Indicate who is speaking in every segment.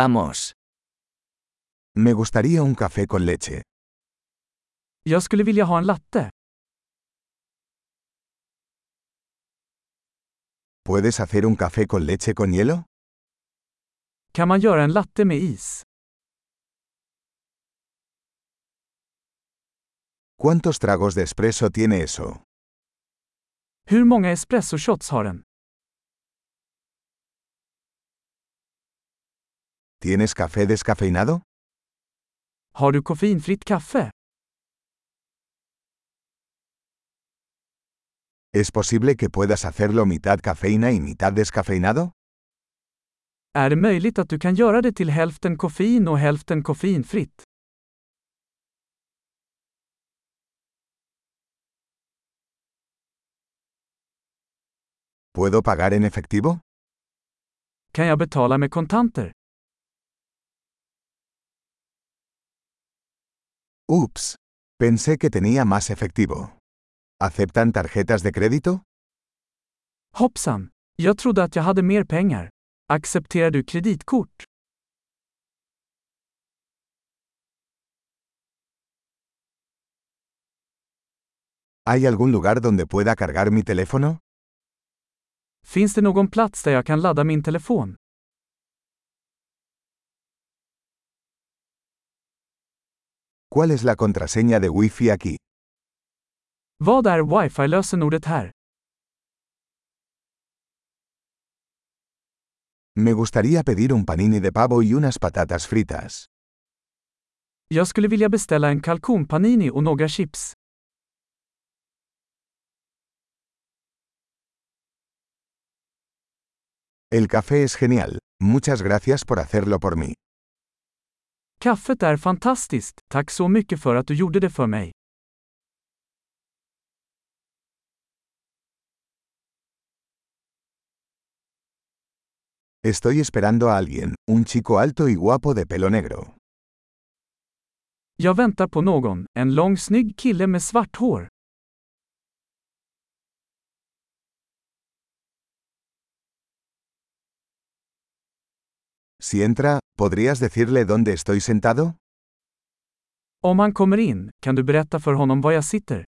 Speaker 1: Vamos.
Speaker 2: Me gustaría un café con leche.
Speaker 3: Jag skulle vilja ha en latte.
Speaker 2: ¿Puedes hacer un café con leche con hielo?
Speaker 3: Kan man göra en latte med is?
Speaker 2: ¿Cuántos tragos de espresso tiene eso?
Speaker 3: Hur många espresso shots har den?
Speaker 2: ¿Tienes café descafeinado?
Speaker 3: Har du koffeinfritt kaffe?
Speaker 2: ¿Es posible que puedas hacerlo mitad cafeína y mitad descafeinado?
Speaker 3: Är det möjligt att du kan göra det till hälften koffein och hälften koffeinfritt?
Speaker 2: ¿Puedo pagar en efectivo?
Speaker 3: Kan jag betala med kontanter?
Speaker 2: Ups. Pensé que tenía más efectivo. ¿Aceptan tarjetas de crédito?
Speaker 3: Hoppsan! Jag trodde att jag hade mer pengar. Accepterar du kreditkort?
Speaker 2: ¿Hay algún lugar donde pueda cargar mi teléfono?
Speaker 3: Finns det någon plats där jag kan ladda min telefon?
Speaker 2: ¿Cuál es la contraseña de Wi-Fi aquí?
Speaker 3: Vad är wifi-lösenordet här?
Speaker 2: Me gustaría pedir un panini de pavo y unas patatas fritas.
Speaker 3: Jag skulle vilja beställa en kalkonpanini och några chips.
Speaker 2: El café es genial. Muchas gracias por hacerlo por mí.
Speaker 3: Kaffet är fantastiskt, tack så mycket för att du gjorde det för mig.
Speaker 2: Estoy esperando a alguien, un chico alto y guapo de pelo negro.
Speaker 3: Jag väntar på någon, en lång snygg kille med svart hår.
Speaker 2: Si entra, ¿podrías decirle dónde estoy sentado?
Speaker 3: Om han kommer in, kan du berätta för honom var jag sitter?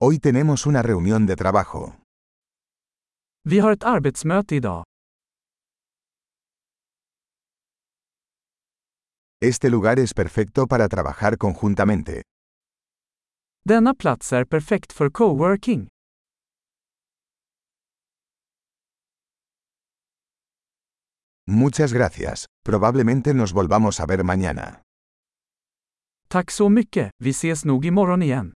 Speaker 2: Hoy tenemos una reunión de trabajo.
Speaker 3: Vi har ett arbetsmöte idag.
Speaker 2: Este lugar es perfecto para trabajar conjuntamente.
Speaker 3: Denna plats är perfekt för coworking.
Speaker 2: Muchas gracias. Probablemente nos volvamos a ver mañana.
Speaker 3: Tack så mycket, vi ses nog imorgon igen.